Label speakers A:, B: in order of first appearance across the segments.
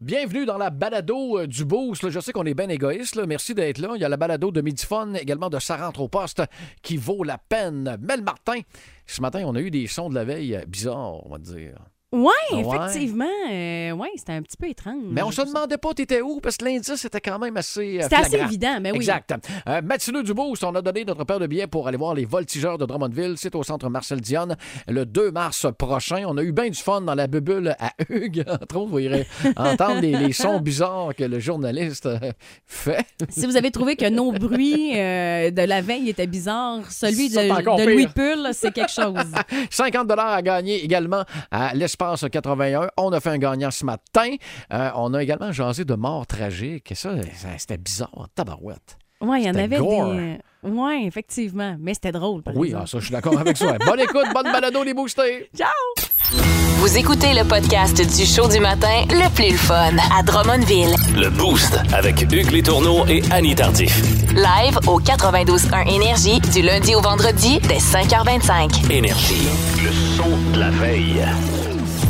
A: Bienvenue dans la balado euh, du Boost. là. Je sais qu'on est bien égoïste. là. Merci d'être là. Il y a la balado de Midifone, également de Sa rentre au poste, qui vaut la peine. Mel Martin, ce matin, on a eu des sons de la veille euh, bizarres, on va dire.
B: Ouais,
A: Ah Ouais.
B: effectivement. euh, ouais, c'était un petit peu étrange.
A: Mais on se demandait pas t'étais où, parce que l'indice était quand même assez euh,
B: C'était assez
A: flagrant.
B: évident, mais Eh oui.
A: Exact. Euh, Matineux du Boost, on a donné notre paire de billets pour aller voir les voltigeurs de Drummondville. C'est au centre Marcel Dionne le 2 mars prochain. On a eu bien du fun dans la bubule à Hugues, entre autres. Vous irez entendre les, les sons bizarres que le journaliste euh, fait.
B: Si vous avez trouvé que nos bruits euh, de la veille étaient bizarres, celui
A: Ça, c'est encore
B: de, de
A: pire.
B: Louis Pull, c'est quelque chose.
A: 50 à gagner également à l'espace 81. On a fait un gagnant ce matin. Euh, on a également jasé de morts tragiques. Et ça, ça, c'était bizarre. Tabarouette.
B: Ouais, il y en
A: C'était
B: avait
A: gore.
B: des. euh, Ouais, effectivement. Mais c'était drôle. par
A: Oui, ah,
B: exemple.
A: ça, je suis d'accord avec toi. Bonne écoute, bonne balado, les boostés.
C: Vous écoutez le podcast du show du matin le plus le fun à Drummondville.
D: Le Boost avec Hugues Létourneau et Annie Tardif.
C: Live au 92.1 Énergie du lundi au vendredi dès 5h25.
D: Énergie. Le son de la veille.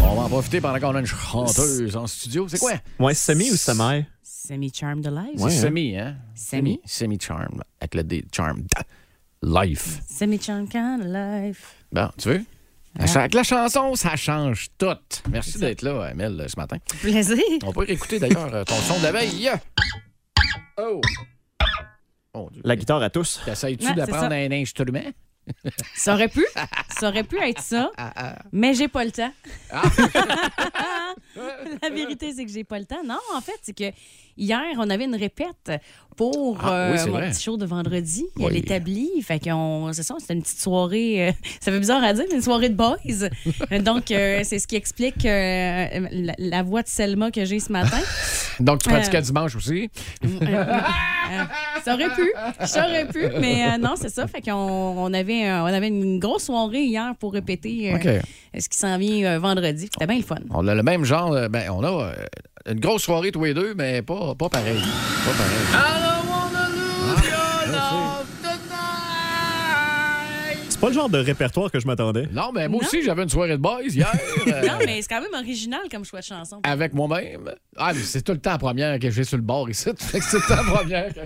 A: On va en profiter pendant qu'on a une chanteuse en studio. C'est quoi?
E: Ouais, semi ou semi?
B: Semi-charm de life.
E: Ouais, hein.
A: Semi, hein?
B: Semi.
A: Semi-charm. Avec le D. Charm. Life.
B: Semi-charm kind of life.
A: Bon, tu veux?
B: Ah.
A: Avec la chanson, ça change tout. Merci d'être là, Emile, ce matin.
B: Plaisir.
A: On peut réécouter d'ailleurs euh, ton son de la veille. Oh! Mon Dieu.
E: La guitare à tous.
A: T'essayes-tu
B: Ouais, c'est
A: d'apprendre
B: ça.
A: un instrument?
B: Ça aurait pu. Ça aurait pu être ça. Mais j'ai pas le temps. La vérité, c'est que j'ai pas le temps. Non, en fait, c'est que hier, on avait une répète pour
A: Ah,
B: euh,
A: oui, c'est
B: mon
A: vrai.
B: petit show de vendredi à
A: Oui.
B: l'établi. Fait qu'on, c'est ça, c'était une petite soirée. euh, ça fait bizarre à dire, mais une soirée de boys. Donc, euh, c'est ce qui explique euh, la, la voix de Selma que j'ai ce matin.
A: Donc, tu
B: Euh,
A: pratiquais dimanche aussi?
B: Ah, Ça aurait pu, ça aurait pu, mais euh, non, c'est ça. Fait qu'on on avait, euh, on avait une grosse soirée hier pour répéter euh,
A: OK.
B: ce qui s'en vient euh, vendredi. C'était bien le fun.
A: On a le même genre. euh, Ben, on a euh, une grosse soirée tous les deux, mais pas, pas pareil. Pas pareil.
E: C'est pas le genre de répertoire que je m'attendais.
A: Non, mais moi
B: Non.
A: aussi, j'avais une soirée de boys hier. euh,
B: Non, mais c'est quand même original comme choix de chanson.
A: Avec moi-même. Ah, mais c'est tout le temps la première que j'ai sur le bord ici. Fait que C'est tout le temps la première. que-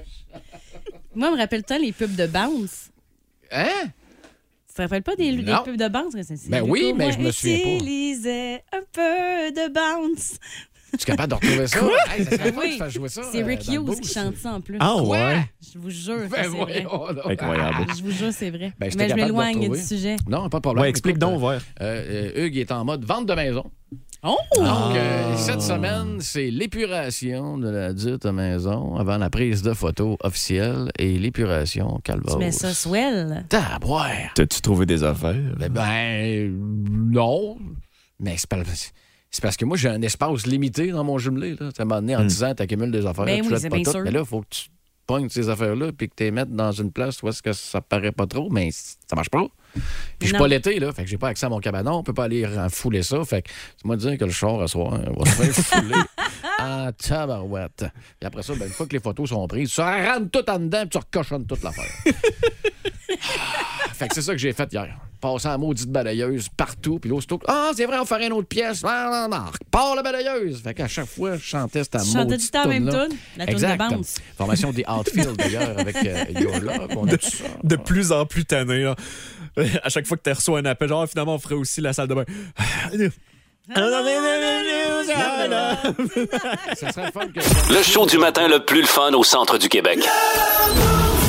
B: Moi, me rappelle-t-on les pubs de Bounce?
A: Hein?
B: Tu te rappelles pas des, des
A: Non.
B: pubs de Bounce? C'est- c'est-
A: Ben oui, mais
B: moi,
A: je me souviens pas.
B: utilisait un peu de Bounce.
A: Tu es capable de retrouver ça? Hey, ça serait fun que tu fasses jouer ça.
B: C'est
A: euh,
B: Rick
A: dans le
B: Hughes
A: boost.
B: qui chante ça en plus.
E: Ah ouais?
B: Je vous jure, que
A: Ben
B: c'est vrai.
A: voyons donc.
E: Incroyable.
B: Je vous jure, c'est vrai.
A: Ben, j'étais
B: mais je
A: capable de
B: m'éloigne
A: retrouver.
B: du sujet.
A: Non, pas de problème.
E: Ouais, explique
A: Écoute,
E: donc, voir.
A: euh, euh, Hugues est en mode vente de maison.
B: Oh!
A: Donc, euh, cette semaine, c'est l'épuration de la dite maison avant la prise de photos officielle et l'épuration calvaire.
B: tu mets ça swell.
A: Tabouère.
E: T'as-tu trouvé des affaires?
A: Ben, ben, non. Mais c'est pas- c'est parce que moi, j'ai un espace limité dans mon jumelé. Là. Ça m'a donné en disant, t'accumules des affaires,
B: Ben
A: tu
B: oui,
A: jettes
B: c'est
A: pas
B: bien
A: tout.
B: sûr.
A: Mais là, il faut que tu pognes ces affaires-là puis que tu les mettes dans une place où est-ce que ça paraît pas trop, mais c- ça marche pas. Puis je suis
B: Non.
A: pas l'été, là. Fait que j'ai pas accès à mon cabanon. On peut pas aller fouler ça. Fait que c'est moi de dire que le char, à soir, on va se faire fouler en Ah, tabarouette. Puis après ça, ben, une fois que les photos sont prises, tu rentres tout en dedans puis tu recochonnes toute l'affaire. Ah, Fait que c'est ça que j'ai fait hier. Passant à maudite balayeuse partout, puis l'aussitôt que, Ah, c'est vrai, on ferait une autre pièce. Non, non, non, repars la balayeuse. Fait qu'à chaque fois, je chantais cette
B: Tu
A: maudite
B: chantais tout le temps la même
A: toune-là.
B: tune, la tune de
A: Exact.
B: bounce.
A: Formation des Outfield, d'ailleurs, avec euh, Yola. qu'on a tout ça.
E: De plus en plus tanné, là. À chaque fois que tu reçois un appel, genre, Ah, finalement, on ferait aussi la salle de bain.
A: Ça serait le fun que.
D: Le show du matin le plus le fun au centre du Québec.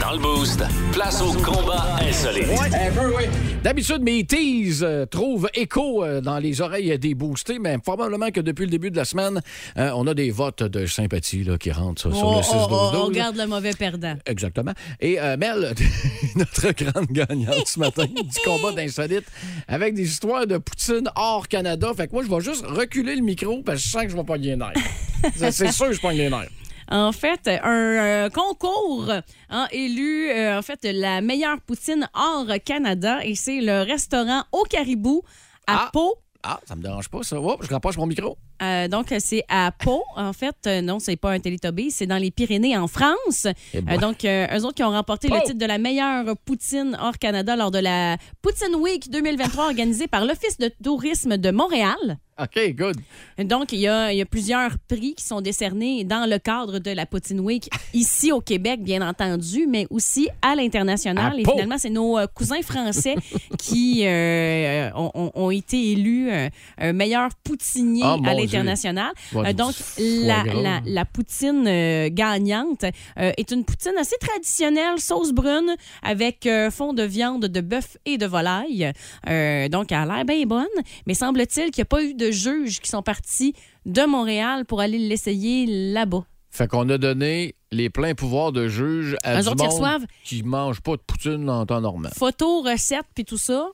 D: Dans le Boost, place au combat insolite.
A: D'habitude, mes teas euh, trouvent écho euh, dans les oreilles des boostés, mais probablement que depuis le début de la semaine, euh, on a des votes de sympathie là, qui rentrent ça,
B: On,
A: sur le 6 12
B: Oh, on- on garde le mauvais perdant.
A: Exactement. Et euh, Mel, notre grande gagnante ce matin du combat d'insolite avec des histoires de Poutine hors Canada. Fait que moi, je vais juste reculer le micro parce que je sens que je vais pogner les nerfs. Ça, C'est sûr que je pogne les nerfs.
B: En fait, un euh, concours a élu euh, en fait la meilleure poutine hors Canada et c'est le restaurant Au Caribou à
A: Ah.
B: Pau.
A: Ah, ça me dérange pas, ça. Oh, je rapproche mon micro.
B: Euh, donc, c'est à Pau. En fait, euh, non, c'est pas un Teletubby, c'est dans les Pyrénées, en France.
A: Eh ben.
B: Euh, donc, euh, eux autres qui ont remporté
A: Pau.
B: le titre de la meilleure poutine hors Canada lors de la Poutine Week 2023 organisée par l'Office de tourisme de Montréal.
A: OK, good.
B: Donc, il y, a, il y a plusieurs prix qui sont décernés dans le cadre de la Poutine Week, ici au Québec, bien entendu, mais aussi à l'international.
A: À
B: Et
A: Pau.
B: finalement, c'est nos euh, cousins français qui euh, ont, ont- ont été élus euh, euh, meilleurs poutiniers
A: Ah, mon
B: à
A: Dieu.
B: l'international.
A: Bon,
B: Euh,
A: du
B: donc,
A: foie
B: la,
A: gras.
B: la- la poutine euh, gagnante euh, est une poutine assez traditionnelle, sauce brune, avec euh, fond de viande, de bœuf et de volaille. Euh, donc, elle a l'air bien bonne, mais semble-t-il qu'il n'y a pas eu de juges qui sont partis de Montréal pour aller l'essayer là-bas.
A: Fait qu'on a donné les pleins pouvoirs de juge à
B: Un
A: Euh, du
B: jour, ils
A: monde
B: reçoivent
A: qui mange pas de poutine en temps normal.
B: photos, recettes, puis tout ça.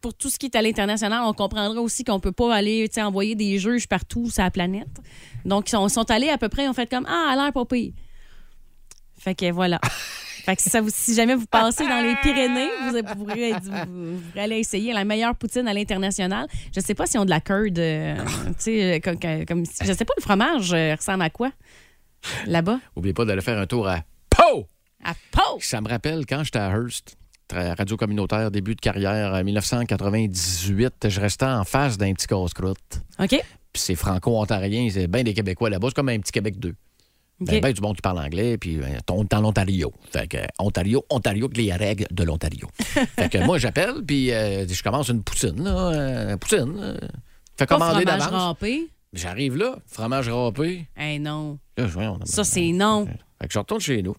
B: Pour tout ce qui est à l'international, on comprendra aussi qu'on peut pas aller tu sais, envoyer des juges partout sur la planète. Donc, ils sont, sont allés à peu près, on fait comme Ah, à l'air pas pire. Fait que voilà. fait que si, ça vous- si jamais vous passez dans les Pyrénées, vous, vous pourrez, vous- vous pourrez aller essayer la meilleure poutine à l'international. Je sais pas si on de la curd, euh, tu sais, comme, comme- comme- je sais pas, le fromage euh, ressemble à quoi là-bas?
A: Oubliez pas d'aller faire un tour à Pau!
B: À Pau!
A: Ça me rappelle quand j'étais à Hearst, tra- radio communautaire, début de carrière, en 1998, je restais en face d'un petit casse-croûte.
B: OK?
A: Puis c'est franco-ontarien, c'est bien des Québécois là-bas, c'est comme un petit Québec 2.
B: OK.
A: Ben, ben du monde qui parle anglais, puis ben, on est en Ontario. Fait que, euh, Ontario, Ontario, avec les règles de l'Ontario. fait que moi, j'appelle, puis euh, je commence une poutine, là. euh, poutine. euh. Fait
B: Pas
A: commander
B: fromage
A: d'avance.
B: râpé.
A: J'arrive là, fromage râpé.
B: Eh non.
A: Là, je voyons, on a-
B: Ça, c'est non.
A: Fait que je retourne chez nous.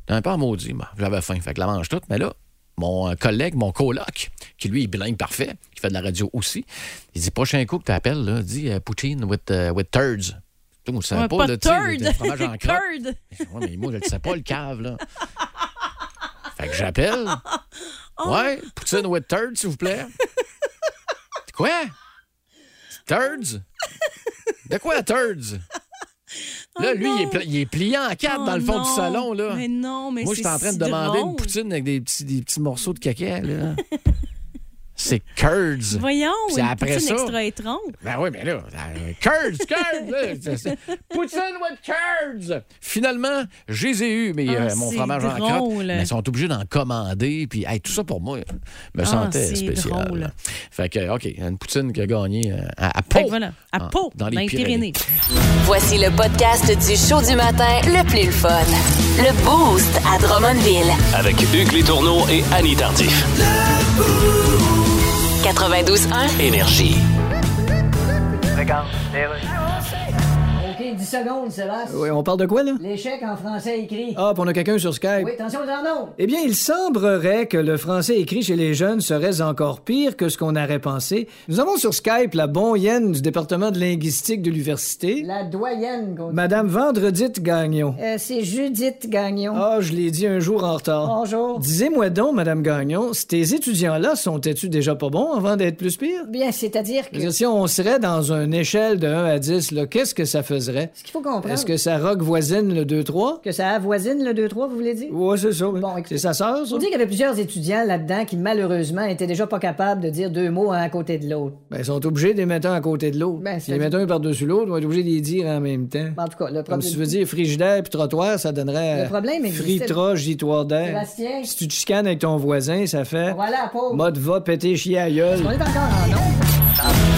A: J'étais un peu en maudit, moi. J'avais faim, fait que je la mange toute. Mais là, mon euh, collègue, mon coloc, qui lui est bilingue parfait, qui fait de la radio aussi, il dit prochain coup que tu appelles, là, dis euh, Poutine with, euh, with turds. Tout le monde le savait
B: Ouais,
A: pas,
B: pas
A: là, tu sais, Ben, le- le
B: turd,
A: fromage en crotte.
B: curd.
A: Ouais, mais moi, je le sais pas, le cave, là. Fait que j'appelle.
B: Oh.
A: Ouais, poutine with turds, s'il vous plaît. Quoi? Turds? De quoi, turds? Là,
B: Oh
A: lui, il est,
B: non.
A: pla- il est plié en quatre dans le fond
B: Oh
A: du
B: non,
A: salon, là.
B: Mais non, mais
A: moi,
B: c'est
A: j'étais en train
B: si
A: de demander une
B: drôle.
A: poutine avec des petits, des petits morceaux de caca, là. C'est curds.
B: Voyons,
A: Puis
B: une
A: après
B: poutine
A: ça-
B: extra étron.
A: Ben oui, mais là, euh, curds, curds! là, c'est- c'est- Poutine with curds! Finalement, je les ai eus, mais
B: Ah,
A: euh, mon
B: c'est
A: fromage en crotte.
B: drôle.
A: Mais ils sont obligés d'en commander, puis hey, tout ça pour moi me
B: Ah,
A: sentait
B: c'est
A: spécial.
B: drôle.
A: Fait que, OK, une poutine qui a gagné euh, à, à Pau.
B: Fait que voilà, à
A: en-
B: Pau, dans les Pyrénées.
C: Voici le podcast du show du matin le plus le fun. Le Boost à Drummondville.
D: Avec Hugues Létourneau et Annie Tardif.
C: 92.1.
D: Énergie.
F: OK, 10 secondes, Sébastien.
G: Oui, on parle de quoi, là?
F: L'échec en français écrit.
G: Ah, puis on a quelqu'un sur Skype.
F: Oui, attention aux annonces.
G: Eh bien, il semblerait que le français écrit chez les jeunes serait encore pire que ce qu'on aurait pensé. Nous avons sur Skype la bonne du département de linguistique de l'université,
F: La doyenne qu'on dit.
G: Madame Vendredite Gagnon.
F: Euh, c'est Judith Gagnon.
G: Ah, je l'ai dit un jour en retard.
F: Bonjour.
G: Disez-moi donc, Madame Gagnon, ces étudiants-là sont-ils déjà pas bons avant d'être plus pires?
F: Bien, c'est-à-dire
G: Je
F: que
G: veux dire, Si on serait dans une échelle de 1 à 10, là, qu'est-ce que ça faisrait?
F: ce qu'il faut comprendre,
G: Est-ce
F: que...
G: que ça rock voisine le 2-3?
F: ça avoisine le 2-3, vous voulez dire?
G: Ouais, c'est ça. oui.
F: Bon, écoutez.
G: c'est sa sœur, ça?
F: On dit qu'il y avait plusieurs étudiants là-dedans qui, malheureusement, étaient déjà pas capables de dire deux mots un à côté de l'autre.
G: Ben, ils sont obligés de les mettre un à côté de l'autre.
F: Ben,
G: S'ils les mettent un par-dessus l'autre, ils vont être obligés de les dire en même temps.
F: En tout cas, le
G: Comme
F: problème...
G: si tu veux dire frigidaire puis trottoir, ça donnerait.
F: Le problème existait.
G: Fritra, gitoire d'air.
F: Sébastien.
G: Si tu te chicanes avec ton voisin, ça fait.
F: Voilà, pauvre.
G: Mode va péter chier à gueule.
F: On est encore en nombre.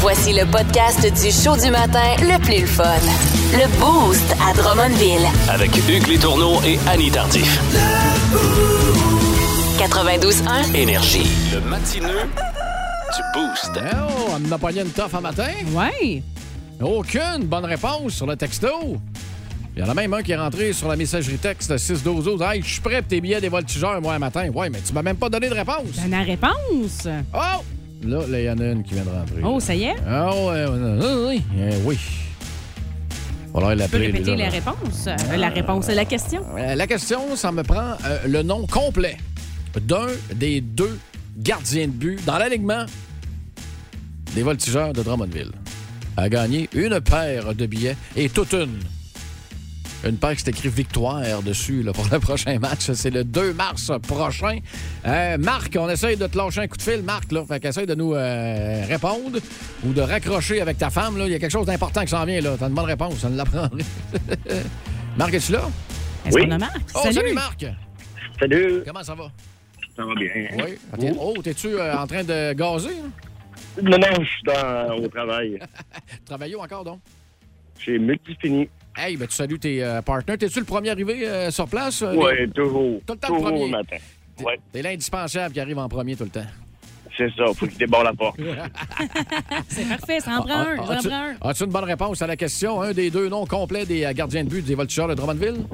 C: Voici le podcast du show du matin le plus le fun. Le Boost à Drummondville.
D: Avec Hugues Létourneau et Annie Tardif.
C: 92.1.
D: Énergie. Le matineux du Boost.
A: Eh Oh, elle m'a pogné une toffe un matin.
B: Ouais.
A: Aucune bonne réponse sur le texto. Il y en a même un qui est rentré sur la messagerie texte 6 12 12. Hey, je suis prêt pour tes billets des voltigeurs, moi, un matin. Ouais, mais tu m'as même pas donné de réponse.
B: Ben, la réponse.
A: Oh! Là, là, il y en a une qui vient de rentrer.
B: Oh,
A: là.
B: ça y est. Tu
A: Ah ouais, euh, oui, euh, oui. Voilà, il
B: peux répéter la réponse. Euh, la réponse à la question.
A: Euh, La question, ça me prend euh, le nom complet d'un des deux gardiens de but dans l'alignement des voltigeurs de Drummondville. A gagné une paire de billets et toute une Une paire qui s'écrit victoire dessus là, pour le prochain match. C'est le 2 mars prochain. Euh, Marc, on essaye de te lâcher un coup de fil, Marc. Là, fait qu'essaye de nous euh, répondre ou de raccrocher avec ta femme. Là. Il y a quelque chose d'important qui s'en vient. là. T'as une bonne réponse, on l'apprend. Marc, es-tu là?
B: Est-ce
H: Oui.
B: qu'on a Marc?
A: Oh, salut Marc!
H: Salut.
A: Comment ça va?
H: Ça va bien.
A: Oui. Ah, t'es- Oh, t'es-tu euh, en train de gazer? hein?
H: Non, non, je suis dans- au travail.
A: Travailler ou encore, donc?
H: J'ai multi-fini.
A: Hey, ben tu salues tes euh, partenaires. T'es-tu le premier arrivé euh, sur place? euh,
H: Oui, toujours.
A: Tout le temps le
H: toujours
A: premier.
H: matin.
A: les-
H: Ouais,
A: T'es l'indispensable qui arrive en premier tout le temps.
H: c'est ça. Faut qu'il déborde la porte.
B: C'est parfait, ça en prend un. Ça en
A: Ah, As-tu
B: prend un.
A: as-tu une bonne réponse à la question? Un des deux noms complets des euh, gardiens de but des Voltigeurs de Drummondville?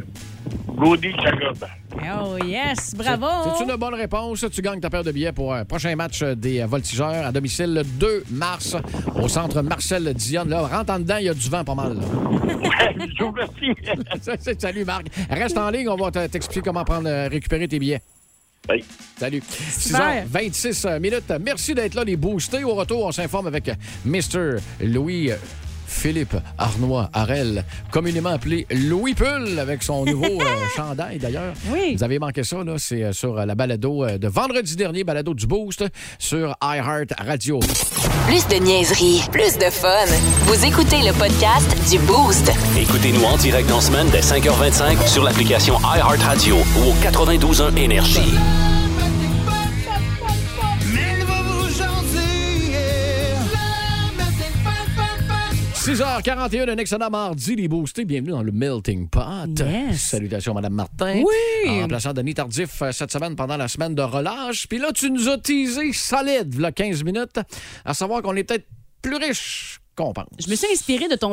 H: Goody Jacob.
B: Oh yes, bravo!
A: C'est une bonne réponse. Tu gagnes ta paire de billets pour un prochain match euh, des Voltigeurs à domicile le 2 mars au centre Marcel Dionne. Là, rentre en dedans, il y a du vent pas mal. là.
H: Je vous remercie.
A: Salut, Marc. Reste en ligne, on va te- t'expliquer comment prendre, euh, récupérer tes billets.
H: Bye.
A: Salut. 6h26 euh, minutes. Merci d'être là, les boostés. Au retour, on s'informe avec Mr. Louis euh, Philippe Arnois Harel, communément appelé Louis Pull, avec son nouveau euh, chandail d'ailleurs.
B: Oui.
A: Vous avez manqué ça, là. C'est euh, sur euh, la balado euh, de vendredi dernier, balado du Boost, sur iHeart Radio.
C: Plus de niaiserie, plus de fun. Vous écoutez le podcast du Boost.
D: Écoutez-nous en direct en semaine dès 5h25 sur l'application iHeartRadio ou au 92.1 Énergie.
I: Elle va vous chanter.
A: 6h41, un excellent mardi, les boostés. Bienvenue dans le Melting Pot.
B: Yes.
A: Salutations, Madame Martin.
B: Oui.
A: En plaçant Denis Tardif euh, cette semaine pendant la semaine de relâche. Puis là, tu nous as teasé solide, là, 15 minutes, à savoir qu'on est peut-être plus riche qu'on pense.
B: Je me suis inspirée de ton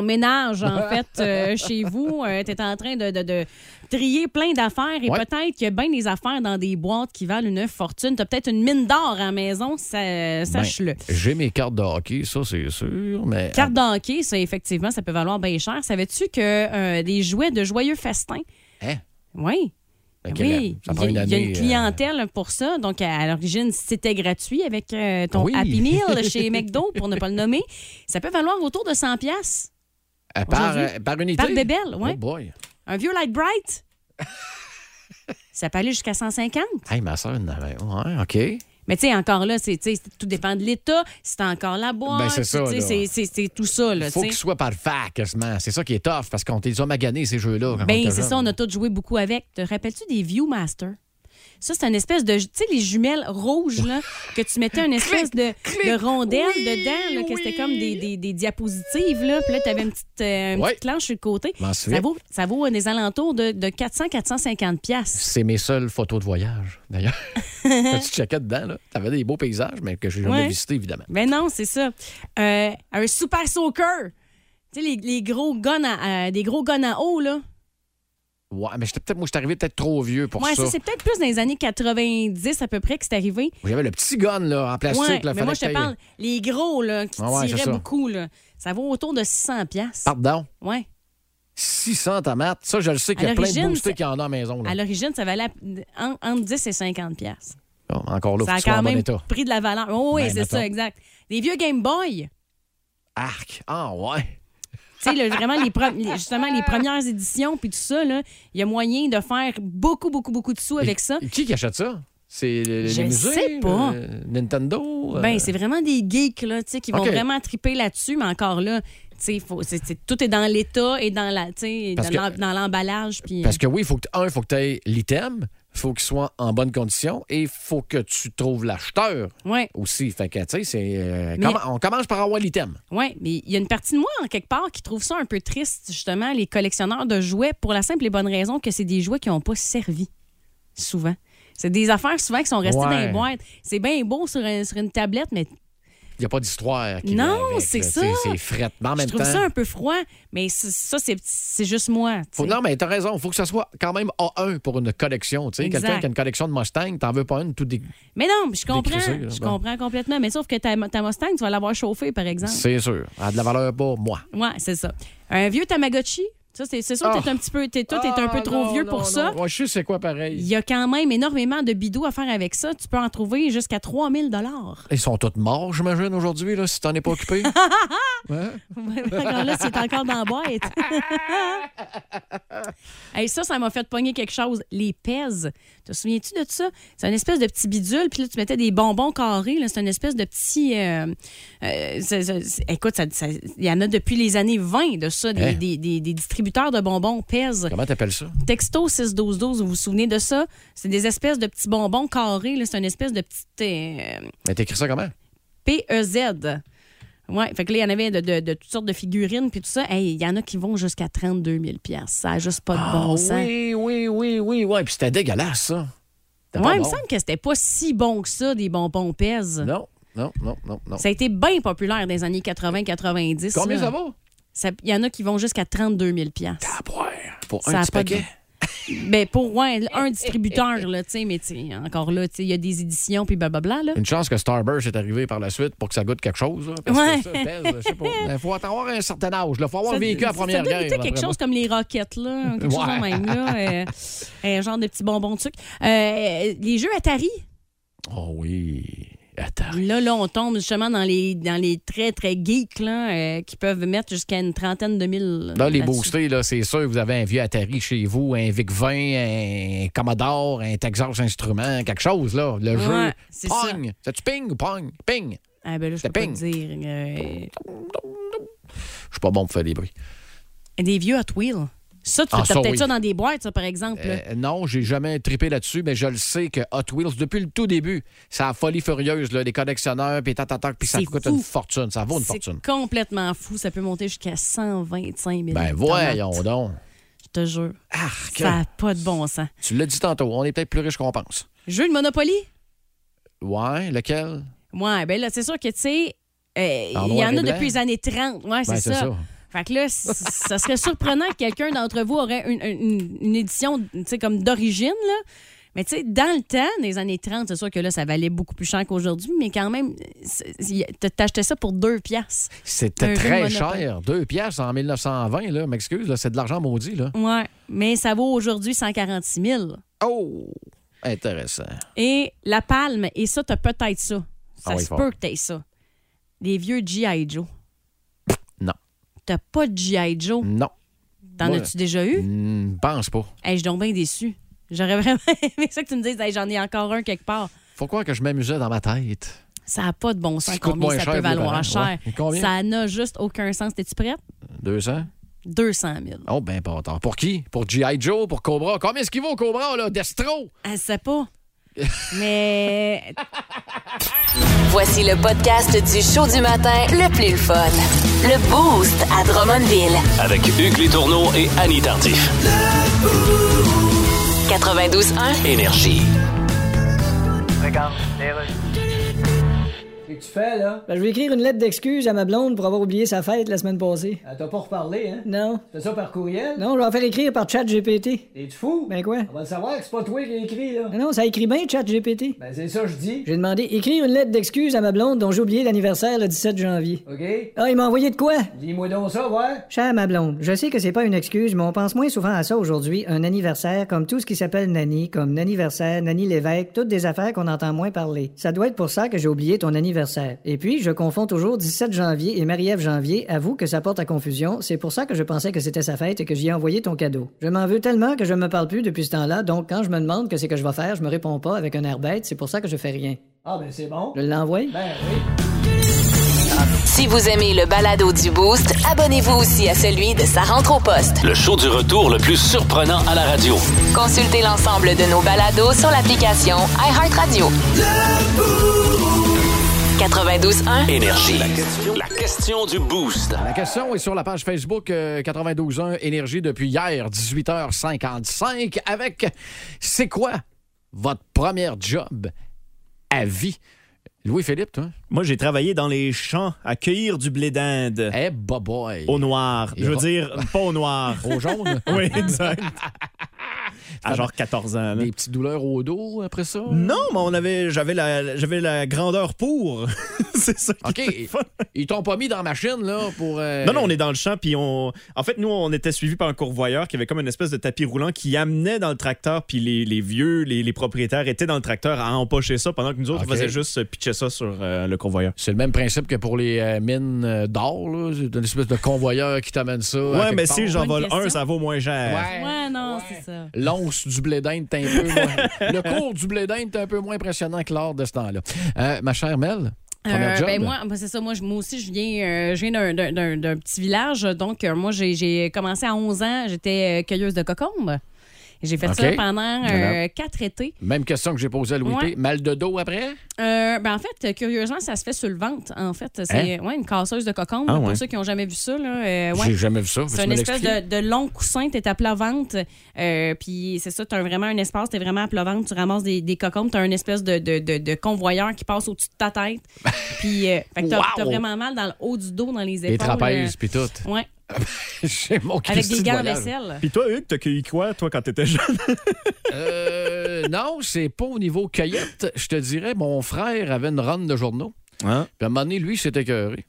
B: ménage, en fait, euh, chez vous. tu es en train de, de- de trier plein d'affaires et
A: Ouais.
B: peut-être qu'il y a bien des affaires dans des boîtes qui valent une fortune. Tu as peut-être une mine d'or à la maison, ça-
A: Ben,
B: sache-le.
A: J'ai mes cartes de hockey, ça, c'est sûr, mais.
B: Carte d'hockey, ça, effectivement, ça peut valoir bien cher. Savais-tu que euh, des jouets de joyeux festin?
A: Hein?
B: Oui.
A: Fait que
B: Oui,
A: euh, la- ça
B: il y,
A: prend
B: a-
A: une
B: il y a
A: année,
B: une
A: euh,
B: clientèle pour ça. Donc, à, à l'origine, c'était gratuit avec euh, ton
A: Oui.
B: Happy Meal chez McDo, pour ne pas le nommer. Ça peut valoir autour de 100 pièces.
A: euh, par,
B: aujourd'hui.
A: euh, par unité.
B: Par bébelle, ouais.
A: Oh boy.
B: Un vieux Light Bright, ça peut aller jusqu'à 150.
A: Hey, ma soeur, ouais, OK.
B: Mais tu sais, encore là, c'est, tu sais, tout dépend de l'état. C'est encore la boîte.
A: Ben, c'est ça,
B: tu sais,
A: là.
B: c'est- c'est- c'est tout ça. Là,
A: Il faut
B: tu sais.
A: qu'il soit par fac, quasiment. C'est ça qui est tough, parce qu'on les a maganés, ces jeux-là. quand
B: Ben,
A: était
B: c'est
A: jeune.
B: ça, on a tous joué beaucoup avec. Te rappelles-tu des Viewmaster? Ça, c'est une espèce de. Tu sais, les jumelles rouges, là, que tu mettais une espèce de, de rondelle dedans, là, que c'était comme des, des- des diapositives, là. Puis là, tu avais une petite, euh, une
A: Ouais.
B: petite planche sur le côté.
A: M'en
B: Ça
A: souviens.
B: vaut, ça vaut euh, des alentours de, de 400-450$. piastres.
A: C'est mes seules photos de voyage, d'ailleurs. tu checkais dedans, là. T'avais des beaux paysages, mais que j'ai jamais
B: Ouais.
A: visité, évidemment.
B: Ben non, c'est ça. Euh, un super soaker. Tu sais, les, les gros guns à, à- des gros guns à eau, là.
A: Ouais, mais j'étais peut-être, moi, j'étais arrivé peut-être trop vieux pour
B: ouais, ça,
A: ça.
B: c'est peut-être plus dans les années 90 à peu près que c'est arrivé.
A: J'avais le petit gun, là, en plastique,
B: Ouais,
A: là.
B: mais
A: fallait
B: moi, je
A: que
B: te
A: t'ailles-
B: parle, les gros, là, qui
A: Ah ouais, c'est
B: tiraient
A: ça.
B: beaucoup, là. Ça vaut autour de 600 pièces.
A: Pardon,
B: Ouais.
A: 600 tomates. Ça, je le sais qu'il y
B: À
A: a plein de
B: l'origine,
A: boostés
B: c'est-
A: qui en ont à la maison, là.
B: À l'origine, ça valait à- en- entre 10 et 50 pièces.
A: Bon, encore là, faut que
B: Ça a
A: tu sois
B: quand
A: en bon
B: même
A: état.
B: pris de la valeur. Oh, oui,
A: Ben,
B: c'est
A: mettons.
B: ça, exact. Les vieux Game Boy,
A: Arc. Ah, ouais.
B: tu sais, le- vraiment, les pre- les- justement, les premières éditions, puis tout ça, là, il y a moyen de faire beaucoup, beaucoup, beaucoup de sous avec
A: Et-
B: ça.
A: et qui qui achète ça? C'est les,
B: Je
A: les musées?
B: sais pas.
A: euh, Nintendo? euh,
B: Ben, c'est vraiment des geeks, là, tu sais, qui vont
A: OK.
B: vraiment triper là-dessus, mais encore là, tu sais, faut- c'est- c'est- tout est dans l'état et dans la, tu sais,
A: Parce
B: dans
A: que-
B: l'em- dans l'emballage, puis...
A: Parce que oui, faut que, un, il faut que tu aies l'item, faut qu'il soit en bonne condition et il faut que tu trouves l'acheteur
B: Ouais.
A: aussi. Fait que, tu sais, c'est. euh,
B: Mais-
A: comment- on commence par avoir l'item.
B: Oui, mais il y a une partie de moi, en quelque part, qui trouve ça un peu triste, justement, les collectionneurs de jouets, pour la simple et bonne raison que c'est des jouets qui n'ont pas servi, souvent. C'est des affaires, souvent, qui sont restées
A: Ouais.
B: dans les boîtes. C'est bien beau sur, un- sur une tablette, mais
A: Il n'y a pas d'histoire qui
B: Non,
A: vient avec,
B: c'est
A: là,
B: ça.
A: tu sais, C'est fret. Mais en
B: je
A: même
B: trouve
A: temps.
B: ça un peu froid. Mais c- ça, c'est- c'est juste moi. tu sais.
A: faut- non, mais t'as raison. faut que ça soit quand même A1 pour une collection. tu sais.
B: Exact.
A: Quelqu'un qui a une collection de Mustang, t'en veux pas une, tout dé-
B: Mais non, je comprends.
A: Décrissé, là,
B: Je
A: bon.
B: comprends complètement. Mais sauf que ta, ta Mustang, tu vas l'avoir chauffée, par exemple.
A: C'est sûr. Elle a de la valeur pour moi.
B: Ouais, c'est ça. Un vieux Tamagotchi, Ça, c'est c'est sûr que t'es un petit peu, t'es- toi, t'es un peu
A: Ah,
B: trop
A: non,
B: vieux
A: non,
B: pour
A: non.
B: ça.
A: Ouais, je sais c'est quoi
B: Il
A: pareil.
B: y a quand même énormément de bidoux à faire avec ça. Tu peux en trouver jusqu'à 3000 dollars.
A: Ils sont tous morts, j'imagine, aujourd'hui, là, si t'en es pas occupé.
B: là, c'est encore dans la boîte. Hey, ça, ça m'a fait pogner quelque chose. Les pèses. Te souviens-tu de ça? C'est une espèce de petit bidule, puis là, tu mettais des bonbons carrés. là. C'est une espèce de petit. euh, euh, c'est- c'est- c'est- écoute, ça- ça- il y en a depuis les années 20 de ça, des,
A: Hein?
B: des- des- des distributeurs de bonbons pèses.
A: Comment t'appelles ça?
B: Texto 61212, vous vous souvenez de ça? C'est des espèces de petits bonbons carrés. là. C'est une espèce de petite. euh,
A: Mais t'écris ça comment?
B: P-E-Z. E Ouais, fait que là, il y en avait de, de- de toutes sortes de figurines, puis tout ça. Hey, Il y en a qui vont jusqu'à 32 000 Ça n'a juste pas de bon
A: Ah,
B: sens.
A: oui, oui, oui, oui, ouais. Puis c'était dégueulasse, ça. C'était
B: Ouais,
A: pas
B: il me
A: bon.
B: semble que c'était pas si bon que ça, des bonbons pèse.
A: Non, non, non, non, non.
B: Ça a été bien populaire dans les années 80-90.
A: Combien ça va?
B: ça Il y en a qui vont jusqu'à 32 000
A: À boire. Pour
B: Ça
A: un
B: a
A: petit
B: pas de-
A: paquet.
B: Ben, pour ouais, un distributeur, là, tu sais, mais tu sais, encore là, tu sais, il y a des éditions, puis blablabla, là.
A: Une chance que Starburst est arrivé par la suite pour que ça goûte quelque chose. Là, parce
B: Ouais.
A: que ça pèse, je sais pas. Il faut avoir un certain âge. Il faut avoir
B: Ça-
A: vécu à la
B: ça
A: première
B: doit
A: guerre.
B: goûter
A: là,
B: quelque
A: vraiment.
B: chose comme les roquettes, là. Quelque chose
A: Ouais.
B: de même, là. euh, euh, genre de petits bonbons de sucre. Euh, les jeux Atari.
A: Oh oui. Atari.
B: Là, là, on tombe justement dans les, dans les très, très geeks, là, euh, qui peuvent mettre jusqu'à une trentaine de mille.
A: Là, les
B: là-dessus.
A: boostés, là, c'est sûr, vous avez un vieux Atari chez vous, un VIC 20, un Commodore, un Texas Instrument, quelque chose, là. Le jeu.
B: Ouais, c'est ça.
A: Pong. C'est-tu ping ou pong? Ping.
B: Ah, ben là, je peux
A: C'était
B: pas te
A: ping.
B: dire. euh,
A: Je suis pas bon pour faire des bruits.
B: des vieux Hot Wheels. Ça, tu
A: Ah,
B: as
A: ça,
B: peut-être
A: oui.
B: ça dans des boîtes, ça, par exemple. là.
A: Euh, non, j'ai jamais trippé là-dessus, mais je le sais que Hot Wheels, depuis le tout début, ça a folie furieuse, là, les collectionneurs, puis tatata, puis ça
B: C'est
A: coûte
B: fou.
A: une fortune. Ça vaut une
B: C'est
A: fortune.
B: complètement fou. Ça peut monter jusqu'à 125 000
A: Ben voyons Ah,
B: tomates,
A: donc.
B: Je te jure.
A: Arc.
B: Ah, Ça n'a pas de bon sens.
A: Tu l'as dit tantôt, on est peut-être plus riche qu'on pense.
B: Jeu de Monopoly?
A: Ouais, lequel?
B: Ouais, ben là, c'est sûr que, tu sais, euh, il
A: En
B: y
A: noir
B: en
A: et
B: a
A: blanc.
B: depuis les années 30. Ouais, c'est
A: Ben, c'est
B: ça.
A: ça.
B: Fait que là, c- ça serait surprenant que quelqu'un d'entre vous aurait une, une- une édition, tu sais, comme d'origine, là. Mais tu sais, dans le temps, dans les années 30, c'est sûr que là, ça valait beaucoup plus cher qu'aujourd'hui, mais quand même, c'est- y- t'as- t'achetais ça pour deux piastres. Un
A: C'était
B: jeu de
A: très
B: Monopoly.
A: cher. Deux piastres en 1920, là, m'excuse, là, c'est de l'argent maudit, là.
B: Ouais, mais ça vaut aujourd'hui 146 000.
A: Oh! Intéressant.
B: Et la palme, et ça, t'as peut-être ça. Ça
A: Ah oui,
B: se
A: fort.
B: peut que t'aies ça. Les vieux G.I. Joe.
A: Non.
B: T'as pas de G.I. Joe.
A: Non.
B: T'en
A: Moi,
B: as-tu déjà eu?
A: Hmm, pense pas.
B: Hey, je suis donc bien déçu. J'aurais vraiment aimé ça que tu me dises, Hey, j'en ai encore un quelque part.
A: Faut croire que je m'amusais dans ma tête.
B: Ça n'a pas de bon sens
A: Ça coûte
B: combien
A: moins
B: ça
A: cher
B: peut
A: que les
B: valoir
A: parents,
B: cher.
A: ouais. Et combien?
B: Ça n'a juste aucun sens. T'es-tu prête?
A: 200?
B: 200 000.
A: Oh, ben pas tard. Pour qui? Pour G.I. Joe? Pour Cobra? Combien est-ce qu'il vaut, Cobra, là? Destro?
B: Elle sait Ah, pas. Mais
C: Voici le podcast du show du matin le plus fun. Le Boost à Drummondville.
D: Avec Hugues Létourneau et Annie Tardif.
C: 92.1.
D: Énergie.
G: Qu'est-ce que tu fais, là?
F: Ben, je vais écrire une lettre d'excuse à ma blonde pour avoir oublié sa fête la semaine passée.
G: Ah, T'as pas reparlé, hein?
F: Non.
G: Tu fais ça par courriel?
F: Non, je vais en faire écrire par ChatGPT.
G: T'es-tu fou?
F: Ben quoi?
G: On va le savoir que c'est pas toi qui l'as écrit, là.
F: Ah non, ça écrit bien ChatGPT.
G: Ben, c'est ça que je dis.
F: J'ai demandé écrire une lettre d'excuse à ma blonde dont j'ai oublié l'anniversaire le 17 janvier.
G: OK?
F: Ah, il m'a envoyé de quoi?
G: Lis-moi donc ça, ouais.
F: Chère ma blonde, je sais que c'est pas une excuse, mais on pense moins souvent à ça aujourd'hui. Un anniversaire, comme tout ce qui s'appelle Nani, comme Naniversaire, Nani l'évêque, toutes des affaires qu'on entend moins parler. Ça doit être pour ça que j'ai oublié ton anniversaire. Et puis, je confonds toujours 17 janvier et Marie-Ève janvier. Avoue que ça porte à confusion. C'est pour ça que je pensais que c'était sa fête et que j'y ai envoyé ton cadeau. Je m'en veux tellement que je me parle plus depuis ce temps-là, donc quand je me demande que c'est que je vais faire, je me réponds pas avec un air bête. C'est pour ça que je fais rien.
G: Ah, ben, c'est bon.
F: Je l'envoie?
G: Ben, oui.
C: Si vous aimez le balado du Boost, abonnez-vous aussi à celui de Sa rentre au poste.
D: Le show du retour le plus surprenant à la radio.
C: Consultez l'ensemble de nos balados sur l'application iHeartRadio. 92.1.
D: Énergie. La question, du boost.
A: La question est sur la page Facebook euh, 92.1 Énergie depuis hier, 18h55, avec C'est quoi votre premier job à vie? Louis-Philippe, toi?
E: Moi, j'ai travaillé dans les champs à cueillir du blé d'Inde
A: Eh, boboy!
E: au noir.
A: Et
E: Je veux
A: ro-
E: dire, pas au noir.
A: Au jaune?
E: oui, exact. à genre 14 ans. là.
A: Des petites douleurs au dos après ça?
E: Non, mais on avait, j'avais la, j'avais la grandeur pour. c'est ça. qui
A: OK.
E: était le fun.
A: Ils t'ont pas mis dans la machine, là, pour. euh,
E: Non, non, on est dans le champ, puis on. En fait, nous, on était suivis par un courvoyeur qui avait comme une espèce de tapis roulant qui amenait dans le tracteur, puis les, les vieux, les, les propriétaires étaient dans le tracteur à empocher ça pendant que nous autres,
A: OK.
E: on faisait juste euh, pitcher ça sur euh, le convoyeur.
A: C'est le même principe que pour les euh, mines euh, d'or, là. C'est une espèce de convoyeur qui t'amène ça. à
E: Ouais,
A: quelque
E: mais
A: part.
E: si j'en
B: Bonne
E: vole un,
B: question.
E: ça vaut moins cher.
B: Euh, Ouais, non, c'est ça.
A: L'once du blé d'Inde est un peu moins... Le cours du blé d'Inde est un peu moins impressionnant que l'or de ce temps-là. Euh, ma chère Mel, première
B: Euh,
A: job?
B: ben moi, ben c'est ça. Moi, je- moi aussi, je viens, euh, je viens d'un- d'un- d'un d'un petit village. Donc, euh, moi, j'ai- j'ai commencé à 11 ans. J'étais euh, cueilleuse de cocombes. Et J'ai fait
A: OK.
B: ça pendant euh,
A: Voilà.
B: quatre étés.
A: Même question que j'ai posée à Louis T.
B: Ouais.
A: Mal de dos après?
B: Euh, ben en fait, euh, curieusement, ça se fait sur le ventre. En fait, c'est ouais, une casseuse de cocombes.
E: Ah, ouais.
B: Pour ceux qui n'ont jamais vu ça, là, euh, ouais.
A: Hein? J'ai jamais vu ça. Peux-tu
B: C'est une
A: me
B: espèce
A: l'expliquer?
B: de, de long coussin, t'es à plat ventre. Euh, puis c'est ça, t'as un- vraiment un espace, t'es vraiment à plat ventre, tu ramasses des, des cocombes, t'as un espèce de, de, de- de convoyeur qui passe au-dessus de ta tête. puis euh, fait que t'as
A: Wow!
B: t'as vraiment mal dans le haut du dos, dans les épaules.
A: Les trapèzes,
B: euh,
A: puis tout.
B: ouais,
A: J'ai mon
B: avec
A: Christy
B: des
A: de
B: gants en
A: voyage.
B: vaisselle.
E: Puis toi, Hugues, t'as cueilli quoi, toi, quand t'étais jeune?
A: Euh, non, c'est pas au niveau cueillette. Je te dirais, mon frère avait une run de journaux.
E: Hein?
A: Puis à un moment donné, lui, s'était écœuré.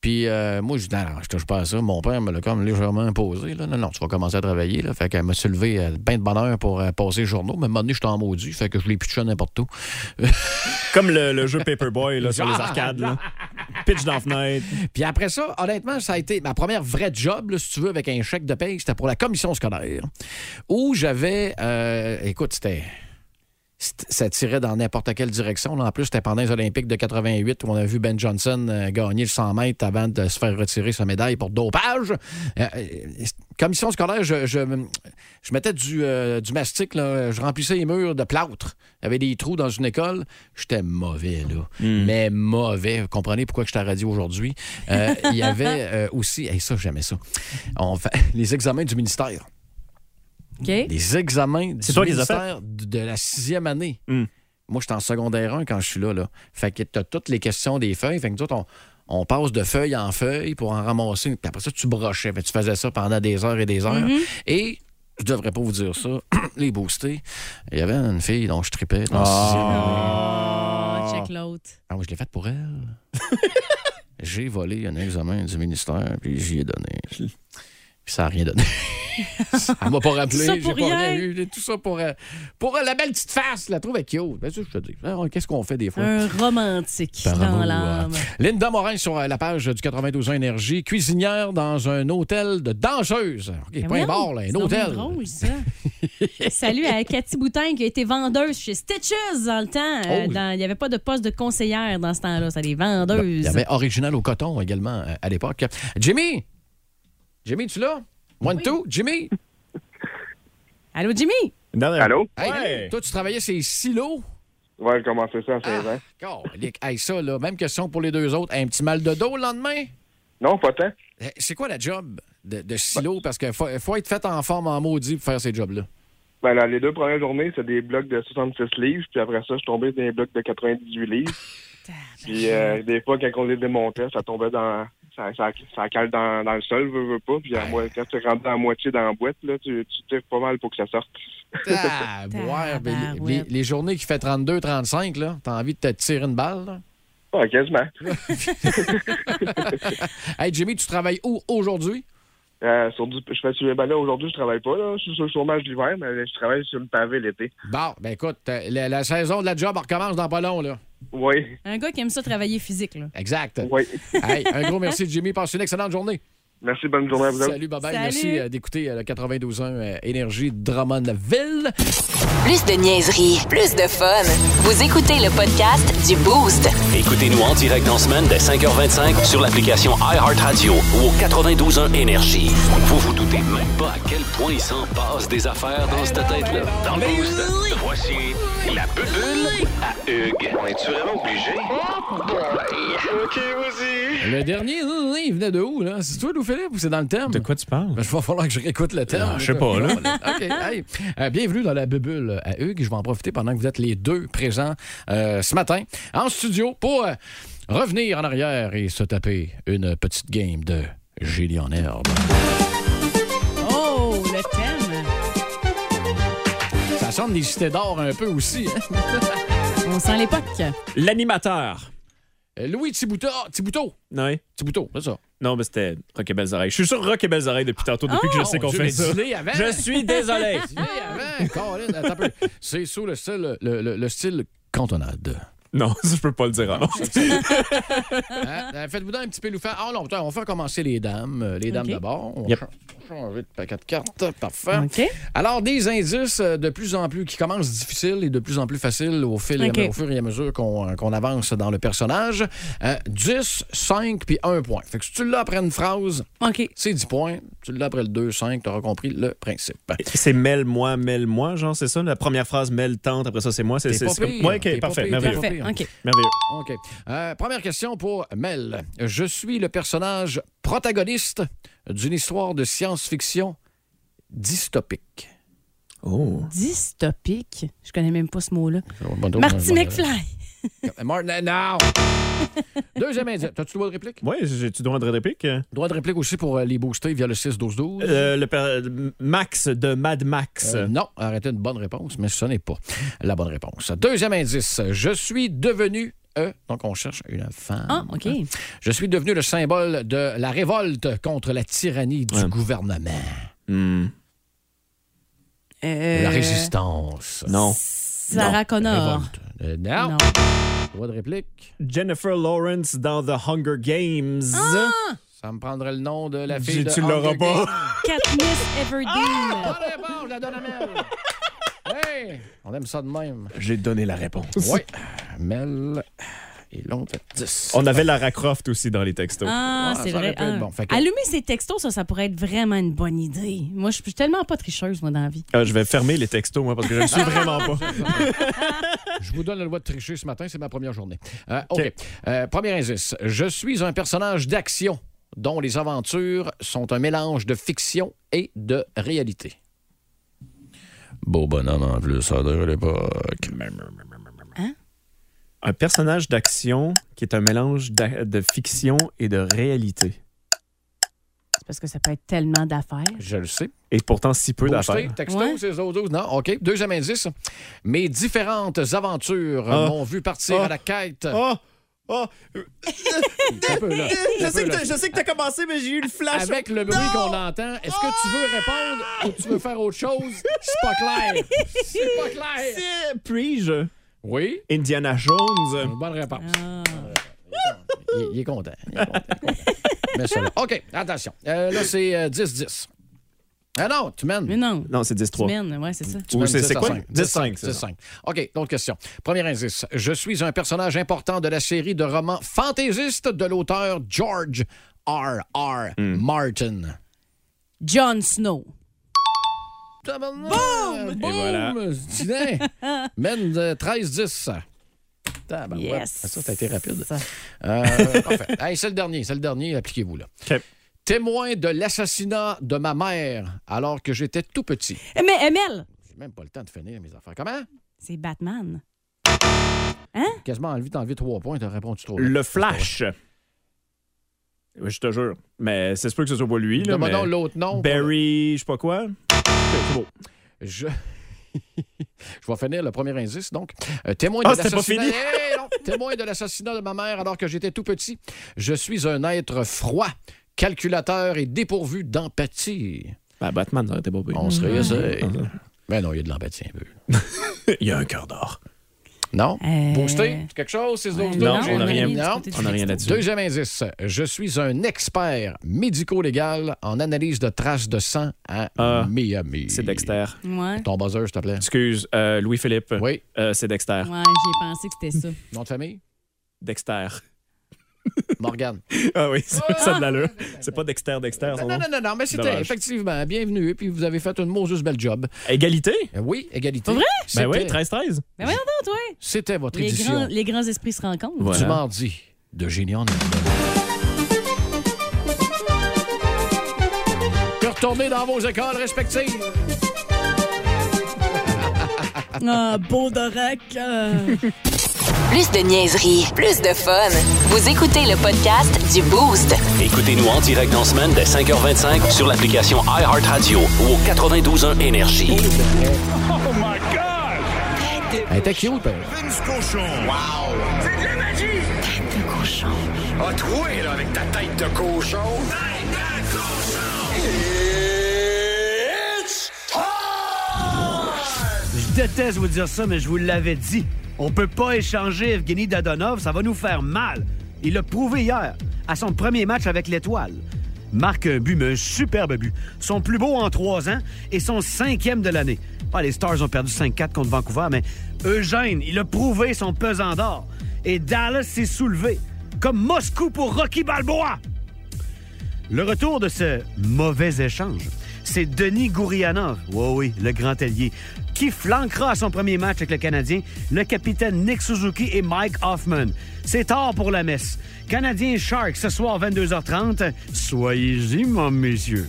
A: Puis euh, moi, je dis, non, non, je touche pas à ça. Mon père me l'a comme légèrement imposé. Là. Non, non, tu vas commencer à travailler. Là. Fait qu'elle m'a soulevé euh, ben de bonne heure pour euh, passer les journaux. Mais à un moment donné, j'étais en maudit. Fait que je l'ai pitché n'importe où.
E: Comme le, le jeu Paperboy là, sur les arcades. là. Pitch dans la fenêtre.
A: Puis après ça, honnêtement, ça a été ma première vraie job, là, si tu veux, avec un chèque de paye. C'était pour la commission scolaire. Où j'avais. euh, écoute, c'était. c'était- Ça tirait dans n'importe quelle direction. là. En plus, c'était pendant les Olympiques de 88 où on a vu Ben Johnson euh, gagner le 100 mètres avant de se faire retirer sa médaille pour dopage. Euh, euh, commission scolaire, je, je, je mettais du, euh, du mastic, là. je remplissais les murs de plâtre. Il y avait des trous dans une école. J'étais mauvais, là. Mais mauvais. Vous comprenez pourquoi que je t'ai radio aujourd'hui? Euh, Il y avait euh, aussi... Et ça, j'aimais ça. On fait les examens du ministère.
B: OK?
A: Les examens du
E: C'est toi qui les as
A: ministère de de la sixième année.
E: Hmm.
A: Moi, j'étais en secondaire 1 quand je suis là. là. Fait que t'as toutes les questions des feuilles. Fait que nous autres, on, on passe de feuille en feuille pour en ramasser. Puis après ça, tu brochais. Fait que tu faisais ça pendant des heures et des heures.
E: Mm-hmm.
A: Et... Je devrais pas vous dire ça. les boostés. Il y avait une fille dont je tripais. dans la
E: Ah.
A: sixième année.
B: Ah, check l'autre.
A: Ah oui, je l'ai faite pour elle. J'ai volé un examen du ministère, puis j'y ai donné. Puis ça n'a rien donné. Elle m'a pas rappelé,
B: Tout ça
A: j'ai pas
B: pour
A: rien
B: rien.
A: eu. Tout ça pour, euh, pour euh, la belle petite face, la trouve cute. Ben, ça, je te dis. Alors, Qu'est-ce qu'on fait des fois?
B: Un romantique
A: Par amour,
B: dans l'âme.
A: euh, Linda Morin sur euh, la page du 92 Énergie, cuisinière dans un hôtel de danseuse. OK,
B: Ben
A: pas un
B: voyons,
A: bar, là,
B: c'est
A: un
B: donc bien
A: hôtel.
B: drôle, ça. Salut à Cathy Boutin qui a été vendeuse chez Stitches dans le temps. Euh,
A: Oh.
B: dans- Il n'y avait pas de poste de conseillère dans ce temps-là. Ça, des
A: Bon, Il
B: vendeuses.
A: y avait original au coton également euh, à l'époque. Jimmy! Jimmy, tu là? One, two, Jimmy!
B: Allô, Jimmy?
E: Dernière-
H: Allô?
A: Hey,
E: Ouais.
A: Toi, tu travaillais ces silos?
H: Ouais, j'ai commencé ça à 16 ans.
A: Calique. Hey, ça, là, même question pour les deux autres. Un petit mal de dos le lendemain?
H: Non, pas tant.
A: Eh, C'est quoi la job de, de silo? Parce qu'il faut, faut être fait en forme en maudit pour faire ces jobs-là.
H: Ben, là, les deux premières journées, c'est des blocs de 66 livres, puis après ça, je tombais dans des blocs de 98 livres. puis euh, des fois, quand on les démontait, ça tombait dans. Ça, ça, ça cale dans, dans le sol, veux, veux pas. Puis à moi, quand tu rentres dans la moitié dans la boîte, là, tu, tu tires pas mal pour que ça sorte.
A: Ah, boire, ben, les, les- les journées qui fait 32-35, là, t'as envie de te tirer une balle. là.
H: Ah, quasiment.
A: Hey, Jimmy, tu travailles où aujourd'hui?
H: Euh, sur du- je fais sur les balais aujourd'hui, je travaille pas. Là. Je suis sur le chômage l'hiver, mais je travaille sur le pavé l'été.
A: Bon, ben écoute, euh, la, la saison de la job elle recommence dans pas long, là.
H: Oui,
B: Un gars qui aime ça travailler physique. Là.
A: Exact.
H: oui.
A: Hey, un gros merci, Jimmy. Passe une excellente journée.
H: Merci, bonne journée à vous autres.
A: Salut, bye bye.
B: Salut.
A: Merci euh, d'écouter euh, le 92.1 euh, Énergie Drummondville.
C: Plus de niaiserie, plus de fun. Vous écoutez le podcast du Boost.
D: Écoutez-nous en direct en semaine dès 5h25 sur l'application iHeartRadio ou au 92.1 Énergie. Vous vous doutez même pas à quel point il s'en passe des affaires dans cette tête-là. Dans le boost, voici la bubule à Hugues. On est-tu vraiment obligé?
A: Le dernier, non, non, non, il venait de où, là? C'est toi, Louis-Philippe, ou c'est dans le thème?
E: De quoi tu parles?
A: Ben, je vais falloir que je réécoute le thème.
E: Ah, je sais pas, là.
A: OK, hey. Euh, bienvenue dans la bubule à Hugues. Je vais en profiter pendant que vous êtes les deux présents euh, ce matin en studio pour euh, revenir en arrière et se taper une petite game de Gélie en herbe.
B: Oh, le thème.
A: Ça sonne des cités d'or un peu aussi. hein.
B: On sent l'époque.
E: L'animateur.
A: Euh, Louis Thibouteau. Ah, Thibouteau.
E: Oui.
A: Thibouteau, c'est ça.
E: Non, mais c'était Rock et Belles Oreilles. Je suis sur Rock et Belles Oreilles depuis tantôt,
B: Oh!
E: depuis que je sais
A: Mon
E: qu'on
A: Dieu,
E: fait
A: mais
E: ça.
A: dis-les avant.
E: Je suis désolé.
A: Dis-les
B: Ah.
A: avant, hein. Colin, attends un peu. C'est sous le style, le, le- le style cantonade.
E: non, ça, je peux pas le dire. alors.
B: Ah.
A: Hein? Euh, Faites-vous donc un petit peu loufain. Ah non, putain, on va faire commencer les dames. Euh, Les dames
B: Ok.
A: d'abord. On
E: Yep.
A: cha- on change de paquet de cartes. Parfait.
B: OK.
A: Alors, des indices euh, de plus en plus qui commencent difficiles et de plus en plus faciles au, fil et à-
B: OK.
A: au fur et à mesure qu'on euh, qu'on avance dans le personnage. Euh, 10, 5, puis 1 point. Fait que si tu l'as après une phrase,
B: OK.
A: c'est 10 points. Tu l'as après le 2, 5, t'auras compris le principe.
E: C'est mêle-moi, mêle-moi, genre, c'est ça? La première phrase, mêle tante, après ça, c'est moi. C'est
A: T'es
E: c'est-
A: pas
E: c'est comme-
A: pire,
E: Ouais,
A: t'es
E: ok,
A: pas
E: parfait,
A: pire,
E: merveilleux.
A: t'es
B: Parfait. OK.
E: merveilleux.
A: OK. Euh, première question pour Mel. Je suis le personnage protagoniste d'une histoire de science-fiction dystopique.
E: Oh.
B: Dystopique. Je connais même pas ce mot-là. Marty McFly.
A: Martin, Euh, non! Deuxième indice. T'as-tu le droit de réplique?
E: Ouais, j'ai-tu droit de réplique?
A: Droit de réplique aussi pour euh, les booster via le 6-12-12.
E: Euh, le per- Max de Mad Max.
A: Euh, non, arrêtez une bonne réponse, mais ce n'est pas la bonne réponse. Deuxième indice. Je suis devenu. E, donc on cherche une femme.
B: Ah, OK.
A: Je suis devenu le symbole de la révolte contre la tyrannie du gouvernement.
E: Hmm.
B: Euh,
A: La résistance.
E: Non.
B: Sarah Connor.
A: Révolte. Euh, non.
B: Non.
A: Droit de réplique.
E: Jennifer Lawrence dans The Hunger Games. Ah!
A: Ça me prendrait le nom de la
E: J'ai-
A: fille de
E: tu l'auras
A: Hunger
E: pas.
A: Games.
B: Katniss Everdeen.
A: Bonne réponse, je la donne à Mel. Hey, on aime ça de même.
E: J'ai donné la réponse.
A: Oui. Mel et l'autre à 10.
E: On avait Lara Croft aussi dans les textos.
B: Ah,
A: Ouais,
B: c'est
A: ça aurait
B: vrai.
A: pu être
B: Ah.
A: bon. Fait que-
B: Allumer ses textos, ça, ça pourrait être vraiment une bonne idée. Moi, je suis tellement pas tricheuse, moi, dans la vie.
E: Ah, je vais fermer les textos, moi, parce que je ne suis vraiment pas.
A: Je vous donne le droit de tricher ce matin, c'est ma première journée. Euh, OK. Euh, premier indice. Je suis un personnage d'action dont les aventures sont un mélange de fiction et de réalité. Beau bonhomme en plus, ça de l'époque.
E: Un personnage d'action qui est un mélange d'a- de fiction et de réalité.
B: C'est parce que ça peut être tellement d'affaires.
A: Je le sais.
E: Et pourtant, si peu
A: Posté,
E: d'affaires.
A: texto,
B: Ouais.
A: c'est autres. Non, OK. Deuxième indice. Mes différentes aventures
E: Ah.
A: m'ont vu partir
E: Ah.
A: à la quête.
E: Oh! Oh!
A: Un peu, là. Un peu, là.
E: que t'as commencé, mais j'ai eu le flash.
A: Avec le bruit qu'on entend, est-ce que tu veux répondre ou tu veux faire autre chose? C'est pas clair. C'est pas clair.
E: Puis-je?
A: Oui.
E: Indiana Jones.
A: Une bonne réponse.
B: Ah.
A: Il, il est content. Il est content, il est content. Mais ça, là. OK, attention. Euh, là, c'est euh, 10-10. Ah non, tu mènes.
B: Mais non.
E: Non, c'est 10-3.
B: Semaine, ouais, c'est ça.
A: Tu
E: Ou
A: mènes
E: c'est
A: 10
E: c'est
A: à
E: quoi?
A: cinq.
E: 10-5. c'est ça.
A: 10-5. OK, d'autres questions. Premier indice. Je suis un personnage important de la série de romans fantaisistes de l'auteur George R.R.
E: Hmm.
A: Martin.
B: Jon Snow.
A: Boum! Boum!
E: voilà.
A: Tiens, mène de 13-10. Tabarouette.
B: Yes.
E: Ah,
A: Ça, ça a été rapide.
B: Ça.
A: Euh, parfait. Hey, c'est le dernier, c'est le dernier, appliquez-vous là.
E: OK.
A: Témoin de l'assassinat de ma mère alors que j'étais tout petit.
B: Mais ML,
A: J'ai même pas le temps de finir mes affaires. Comment?
B: c'est Batman.
A: Quasiment enlevé, t'enlever trois points, t'as répondu trop. vite.
E: Le Flash. Oui, Je te jure. Mais c'est sûr que ce soit pas lui. Là,
A: Demandons
E: mais-
A: l'autre nom.
E: Barry, je sais pas quoi. C'est beau.
A: Je... Je vais finir le premier indice, donc. Euh, témoin
E: Ah,
A: de
E: c'était pas
A: l'assassinat...
E: fini.
A: Hey, non. Témoin de l'assassinat de ma mère alors que j'étais tout petit. Je suis un être froid, calculateur et dépourvu d'empathie.
E: Ben, Batman, ça aurait été pas pire.
A: On se réessaye. Mais non, il y a de l'empathie un peu.
E: Il y a un cœur d'or.
A: Non?
B: Euh,
A: Boosté? C'est quelque chose? 6 12
E: Euh, non, on a rien.
A: Non.
E: On n'a rien là-dessus.
A: Deuxième indice. Je suis un expert médico-légal en analyse de traces de sang à
E: Ah,
A: Miami.
E: C'est Dexter.
B: Ouais.
A: Ton buzzer, s'il te plaît.
E: Excuse, euh, Louis-Philippe.
A: Oui.
E: Euh, c'est Dexter.
B: Ouais, j'ai pensé que c'était ça.
A: Nom de famille?
E: Dexter.
A: Morgane.
E: Ah oui, ça, ça a de l'allure. C'est pas Dexter, Dexter. son
A: Non, non,
E: nom.
A: non, non, mais c'était
E: Dommage.
A: effectivement bienvenue. Puis vous avez fait une Moses belle job.
E: Égalité?
A: Euh, Oui, égalité.
B: Pour vrai?
A: C'était-
E: Ben oui, 13-13.
B: Mais voyons donc, toi.
A: C'était votre
B: Les
A: édition
B: grands, les grands esprits se rencontrent.
A: du mardi de Génie en ondes. Que Retournez dans vos écoles respectives.
B: Ah, beau d'orac. euh.
C: Plus de niaiserie, plus de fun. Vous écoutez le podcast du Boost.
D: Écoutez-nous en direct en semaine dès 5h25 sur l'application iHeartRadio ou au 92.1 Énergie.
A: Elle était cute, ben.
I: Vince cochon. Wow! C'est de la magie! Tête de cochon. Ah, troué, là, avec ta tête de cochon. Tête de cochon! It's time!
J: Je déteste vous dire ça, mais je vous l'avais dit. On peut pas échanger Evgeny Dadonov, ça va nous faire mal. Il l'a prouvé hier, à son premier match avec l'Étoile. Marque un but, mais un superbe but. Son plus beau en trois ans et son cinquième de l'année. Ah, les Stars ont perdu 5-4 contre Vancouver, mais Eugène, il a prouvé son pesant d'or. Et Dallas s'est soulevé, comme Moscou pour Rocky Balboa. Le retour de ce mauvais échange, c'est Denis Gourianov, oui, oui, le grand ailier, qui flanquera à son premier match avec le Canadien le capitaine Nick Suzuki et Mike Hoffman. C'est tard pour la messe. Canadien Shark ce soir 22h30. Soyez-y, mon messieurs.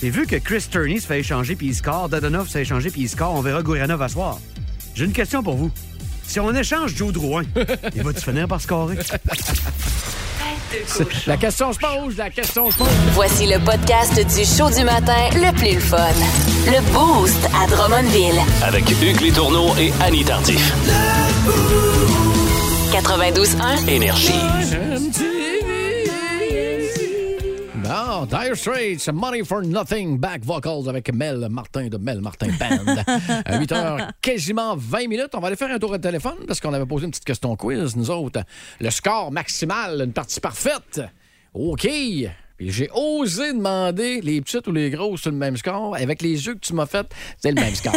J: Et vu que Chris Turney se fait échanger puis il score, Dadonov se fait échanger puis il score, on verra Gourianov à soir. J'ai une question pour vous. Si on échange Joe Drouin, il va-tu finir par scorer?
A: La question se pose, la question se pose.
C: Voici le podcast du show du matin le plus fun. Le Boost à Drummondville.
D: Avec Hugues Létourneau et Annie Tardif.
C: 92.1.
D: Énergie.
A: Bon, Dire Straits, Money for Nothing, back vocals avec Mel Martin de Mel Martin Band. À 8 h, quasiment 20 minutes. On va aller faire un tour de téléphone parce qu'on avait posé une petite question quiz, nous autres. Le score maximal, une partie parfaite. OK. Puis j'ai osé demander les petites ou les grosses sur le même score. Avec les yeux que tu m'as fait, c'est le même score.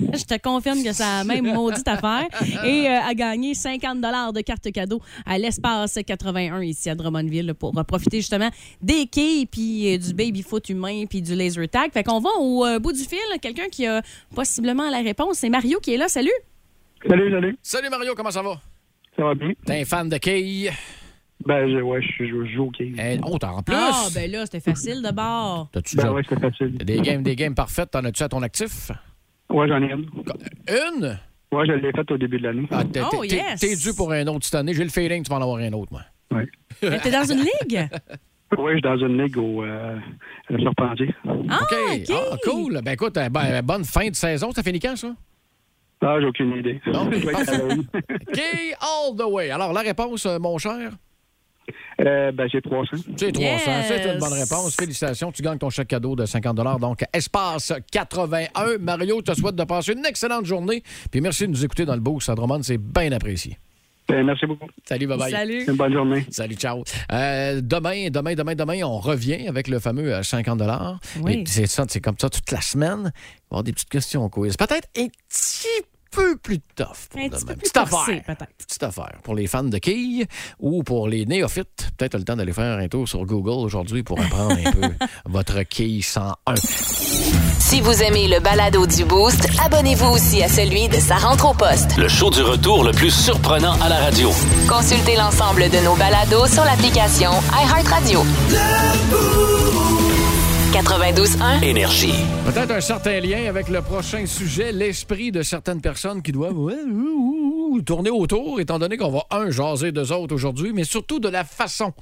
B: Je te confirme que c'est la même maudite affaire. Et euh, a gagné 50 de carte cadeau à l'espace 81 ici à Drummondville pour euh, profiter justement des quilles, puis euh, du baby-foot humain, puis du laser tag. Fait qu'on va au euh, bout du fil. Quelqu'un qui a possiblement la réponse, c'est Mario qui est là. Salut!
H: Salut, salut.
A: Salut Mario, comment ça va?
H: Ça va bien?
A: T'es un fan de quilles?
H: Ben, je, ouais, je, je joue au hockey.
A: Eh, Oh, t'en plus!
B: Ah, ben là, c'était facile de bord.
A: T'as-tu
H: Ben
A: déjà-
H: ouais, c'est facile.
A: Des games, des games parfaites, t'en as-tu à ton actif?
H: Ouais, j'en ai une.
A: Une?
H: Ouais, je l'ai faite au début de l'année.
A: Ah, t'es,
B: Oh,
A: t'es-
B: yes.
A: t'es dû pour un autre cette année. J'ai le feeling que tu vas en avoir un autre, moi.
H: Ouais.
B: Mais T'es dans une ligue?
H: Ouais, je suis dans une ligue au euh, le Serpentier.
B: Ah, OK.
A: Ah, cool. Ben écoute, euh, ben, bonne fin de saison. Ça finit quand, ça?
H: Ah, j'ai aucune idée. euh,
A: Non,
H: Je vais
A: parfait.
H: travailler.
A: OK, all the way. Alors, la réponse, euh, mon cher,
H: euh, ben, j'ai 300.
A: c'est 300. C'est une
B: Yes.
A: bonne réponse. Félicitations. Tu gagnes ton chèque cadeau de 50 Donc, espace 81. Mario, te souhaite de passer une excellente journée. Puis merci de nous écouter dans le beau. Ça Drummond, c'est bien apprécié.
H: Ben, merci beaucoup.
A: Salut, bye-bye.
B: Salut!
H: Une bonne journée.
A: Salut, ciao. Euh, demain, demain, demain, demain, on revient avec le fameux euh, 50
B: Oui.
A: Et c'est ça, c'est comme ça toute la semaine. Il va y avoir des petites questions quiz. Peut-être un petit peu plus tough pour
B: Un
A: demain.
B: petit peu plus
A: Petite
B: corsé,
A: affaire.
B: peut-être.
A: Petite affaire. Pour les fans de quilles ou pour les néophytes, peut-être le temps d'aller faire un tour sur Google aujourd'hui pour apprendre un peu votre quille 101.
C: Si vous aimez le balado du Boost, abonnez-vous aussi à celui de sa rentre au poste.
D: Le show du retour le plus surprenant à la radio.
C: Consultez l'ensemble de nos balados sur l'application iHeartRadio. 92.1.
D: Énergie.
A: Peut-être un certain lien avec le prochain sujet, l'esprit de certaines personnes qui doivent ouais, ouh, ouh, ouh, tourner autour, étant donné qu'on va, un, jaser d'eux autres aujourd'hui, mais surtout de la façon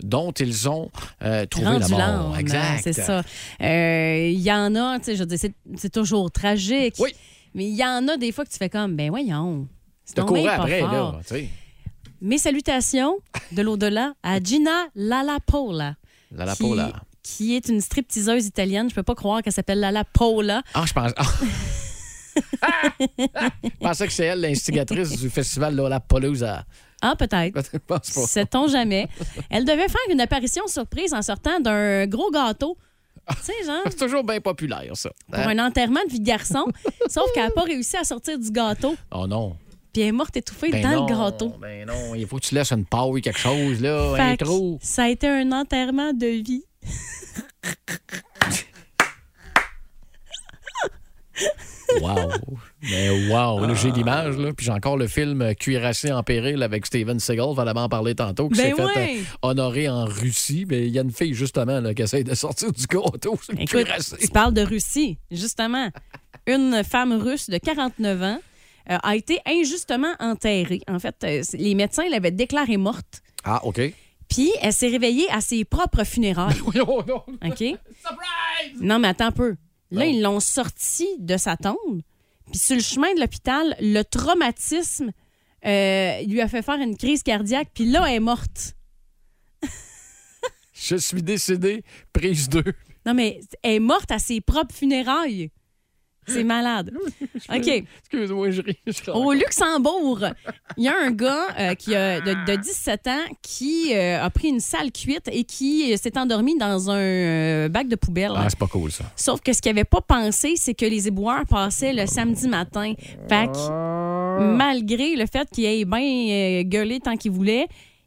A: dont ils ont euh, trouvé
B: Rendu
A: la mort.
B: l'âme, hein,
A: exact.
B: C'est ça. Euh, Il y en a, tu sais, je veux dire, c'est- c'est toujours tragique.
A: Oui.
B: Mais il y en a des fois que tu fais comme, ben voyons. c'est
A: Te
B: donc bien
A: courir
B: pas
A: après,
B: fort.
A: là. tu sais.
B: Mes salutations de l'au-delà à Gina Lalapola.
A: La la
B: qui-
A: peau, là.
B: Qui est une stripteaseuse italienne. Je peux pas croire qu'elle s'appelle Lalapola.
A: Ah, je pense. ah. Ah! Ah! Je pensais que c'est elle l'instigatrice du festival Lola Palouza.
B: Ah, peut-être.
A: Je pense pas.
B: Sait-on jamais. Elle devait faire une apparition surprise en sortant d'un gros gâteau. Tu sais, genre,
A: C'est toujours bien populaire, ça. Hein?
B: pour un enterrement de vie de garçon. sauf qu'elle n'a pas réussi à sortir du gâteau.
A: Oh non.
B: Puis elle est morte étouffée
A: Ben
B: dans
A: non,
B: le gâteau.
A: Ben non, il faut que tu laisses une paille, quelque chose, là, un
B: Fait que
A: trou.
B: Ça a été un enterrement de vie.
A: Wow! Mais wow! Là, j'ai l'image, là. Puis j'ai encore le film Cuirassé en péril avec Steven Seagal, fallait en parler tantôt, qui
B: Ben
A: s'est fait
B: ouais.
A: euh, honorer en Russie. Mais il y a une fille, justement, là, qui essaye de sortir du gâteau. C'est le
B: Écoute,
A: cuirassé.
B: tu parles de Russie, justement. Une femme russe de 49 ans euh, a été injustement enterrée. En fait, euh, c- les médecins l'avaient déclarée morte.
A: Ah, OK.
B: Puis elle s'est réveillée à ses propres funérailles. OK? Non, mais attends un peu. Là, ils l'ont sorti de sa tombe. Puis sur le chemin de l'hôpital, le traumatisme euh, lui a fait faire une crise cardiaque. Puis là, elle est morte.
A: Je suis décédé, prise 2.
B: Non, mais elle est morte à ses propres funérailles. C'est malade. OK.
A: Excuse-moi, je ris. je
B: Au
A: raconte.
B: Luxembourg, il y a un gars euh, qui a, de, de 17 ans qui euh, a pris une sale cuite et qui euh, s'est endormi dans un euh, bac de poubelle.
A: Ah, c'est pas cool, ça.
B: Sauf que ce qu'il avait pas pensé, c'est que les éboueurs passaient le samedi matin. Fait que, malgré le fait qu'il ait bien euh, gueulé tant qu'il voulait,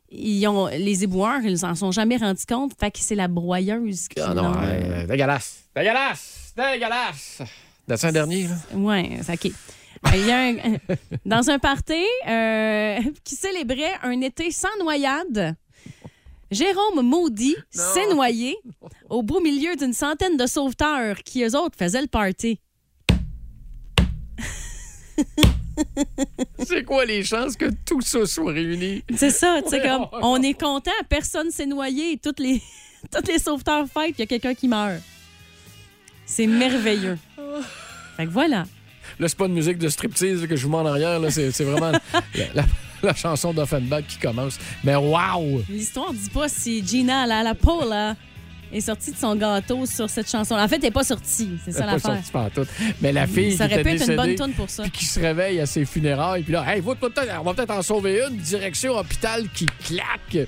B: ils ont, les éboueurs, ils s'en sont jamais rendus compte. Fait que c'est la broyeuse qui
A: Ah
B: l'a-
A: non, euh, dégueulasse. Dégueulasse. Dégueulasse. That's un dernier, là.
B: Ouais, ça, OK. Euh, Il y a un- dans un party euh, qui célébrait un été sans noyade, Jérôme Maudit s'est noyé au beau milieu d'une centaine de sauveteurs qui, eux autres, faisaient le party.
A: C'est quoi les chances que tout ça soit réuni?
B: C'est ça, tu sais,
A: Ouais,
B: comme
A: ouais,
B: on est content, personne s'est noyé, et toutes les, toutes les sauveteurs fêtent, il y a quelqu'un qui meurt. C'est merveilleux.
A: Ah.
B: Fait que voilà.
A: Là, c'est pas une musique de striptease que je vous mets en arrière. là. C'est c'est vraiment la, la- la chanson d'Offenbach qui commence. Mais waouh!
B: L'histoire dit pas si Gina la, la Paul là, est sortie de son gâteau sur cette chanson. En fait, elle n'est pas sortie. C'est ça
A: Pas
B: l'affaire.
A: sorti pantoute. Mais la fille
B: Ça
A: qui
B: aurait
A: était
B: pu être une bonne
A: décédée,
B: toune pour ça.
A: puis qui se réveille à ses funérailles. Puis là, hey, va- va- peut-être- on va peut-être en sauver une. Direction hôpital qui claque.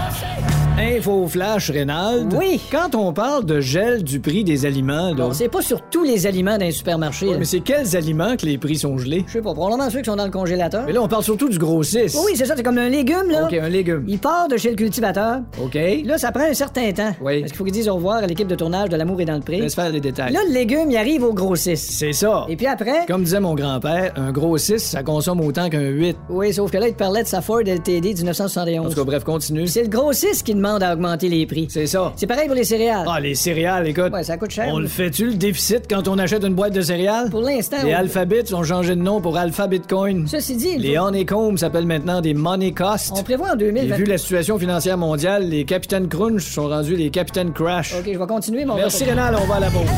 G: Info flash, Reynald.
F: Oui.
G: Quand on parle de gel du prix des aliments, là,
F: Bon, c'est pas sur tous les aliments d'un supermarché.
G: Ouais,
F: là.
G: mais c'est quels aliments que les prix sont gelés?
F: Je sais pas, probablement ceux qui sont dans le congélateur.
G: Mais là, on parle surtout du grossiste.
F: Oui, c'est ça, c'est comme un légume, là.
G: OK, un légume.
F: Il part de chez le cultivateur.
G: OK.
F: Là, ça prend un certain temps.
G: Oui. Ben,
F: Parce qu'il faut qu'ils disent au revoir à l'équipe de tournage de L'amour et dans le pré.
G: Laisse faire les détails.
F: Là, le légume, il arrive au grossiste.
G: C'est ça.
F: Et puis après.
G: Comme disait mon grand-père, un gros 6, ça consomme autant qu'un 8.
F: Oui, sauf que là, il te parlait de sa Ford LTD
G: En
F: 1971.
G: tout cas, bref, continue.
F: C'est le grossiste qui demande à augmenter les prix.
G: C'est ça.
F: C'est pareil pour les céréales.
G: Ah, les céréales, écoute.
F: Ouais, ça coûte cher.
G: On le fait-tu, le déficit, quand on achète une boîte de céréales?
F: Pour l'instant,
G: Les
F: on-
G: Alphabets ont changé de nom pour Alpha Bitcoin.
F: Ceci dit, il
G: Les
F: faut-
G: Honeycomb s'appellent maintenant des Money Cost.
F: on prévoit en
G: Et
F: 2020.
G: vu la situation financière mondiale, les Capitaines Crunch sont rendus les Capitaines Crash.
F: OK, je vais continuer mon
G: Merci Rénal, on va à la pause.